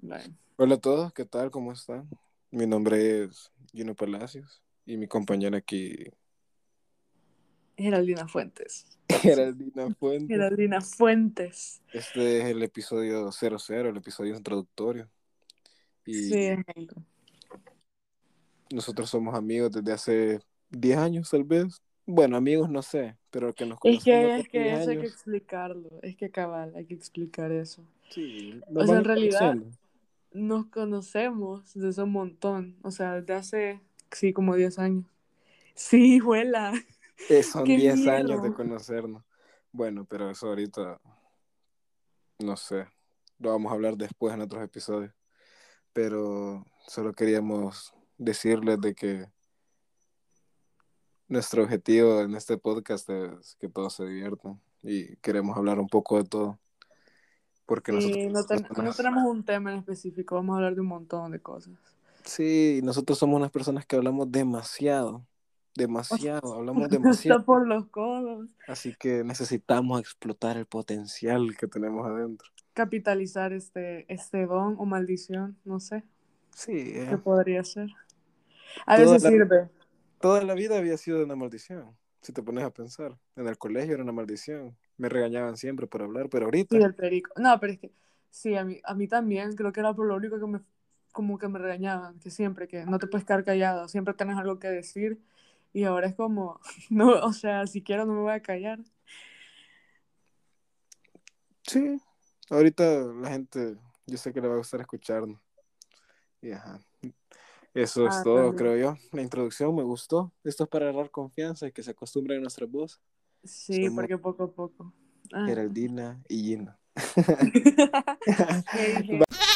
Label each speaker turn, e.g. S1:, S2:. S1: Bye.
S2: Hola a todos, ¿qué tal? ¿Cómo están? Mi nombre es Gino Palacios y mi compañera aquí,
S1: Geraldina Fuentes.
S2: Geraldina Fuentes.
S1: Geraldina Fuentes.
S2: Este es el episodio 00, el episodio introductorio. Y
S1: Sí, es algo.
S2: nosotros somos amigos desde hace 10 años, tal vez. Bueno, amigos no sé, pero que nos
S1: Es
S2: conocemos
S1: que, es
S2: hace
S1: que
S2: 10
S1: eso hay que
S2: años.
S1: explicarlo. Es que cabal, hay que explicar eso.
S2: Sí, nos
S1: sea, en
S2: vamos
S1: realidad-
S2: conociendo.
S1: Nos conocemos desde un montón. O sea, desde hace, sí, como 10 años. Sí, huela.
S2: Eh, son
S1: ¡Qué
S2: 10 años de
S1: miedo!
S2: conocernos. Bueno, pero eso ahorita, no sé, lo vamos a hablar después en otros episodios. Pero solo queríamos decirles de que nuestro objetivo en este podcast es que todos se diviertan y queremos hablar un poco de todo. Porque nosotros,
S1: Sí, no, ten-
S2: somos
S1: no
S2: personas-
S1: tenemos un tema en específico. Vamos a hablar de un montón de cosas.
S2: sí, nosotros somos unas personas que hablamos demasiado, demasiado, hablamos demasiado.
S1: Está por los codos.
S2: Así que necesitamos explotar el potencial que tenemos adentro.
S1: Capitalizar este, este don o maldición, no sé.
S2: Sí,
S1: ¿Qué
S2: eh,
S1: podría ser? A
S2: Toda
S1: veces
S2: la-
S1: sirve.
S2: toda la vida había sido una maldición. Si te pones a pensar, en el colegio era una maldición. Me regañaban siempre por hablar, pero ahorita...
S1: Sí, el perico. No, pero es que sí, a mí, a mí también. Creo que era por lo único que me, como que me regañaban, que siempre, que no te puedes quedar callado, siempre tienes algo que decir. Y ahora es como, no, o sea, si quiero no me voy a callar.
S2: Sí, ahorita la gente, yo sé que le va a gustar escucharnos. Y ajá, eso es
S1: Ah,
S2: todo,
S1: también.
S2: creo yo. La introducción me gustó. Esto es para agarrar confianza y que se acostumbre a nuestra voz.
S1: Sí,
S2: Somos-
S1: porque poco a poco. Ah.
S2: Geraldina y Gina.
S1: Hey, hey.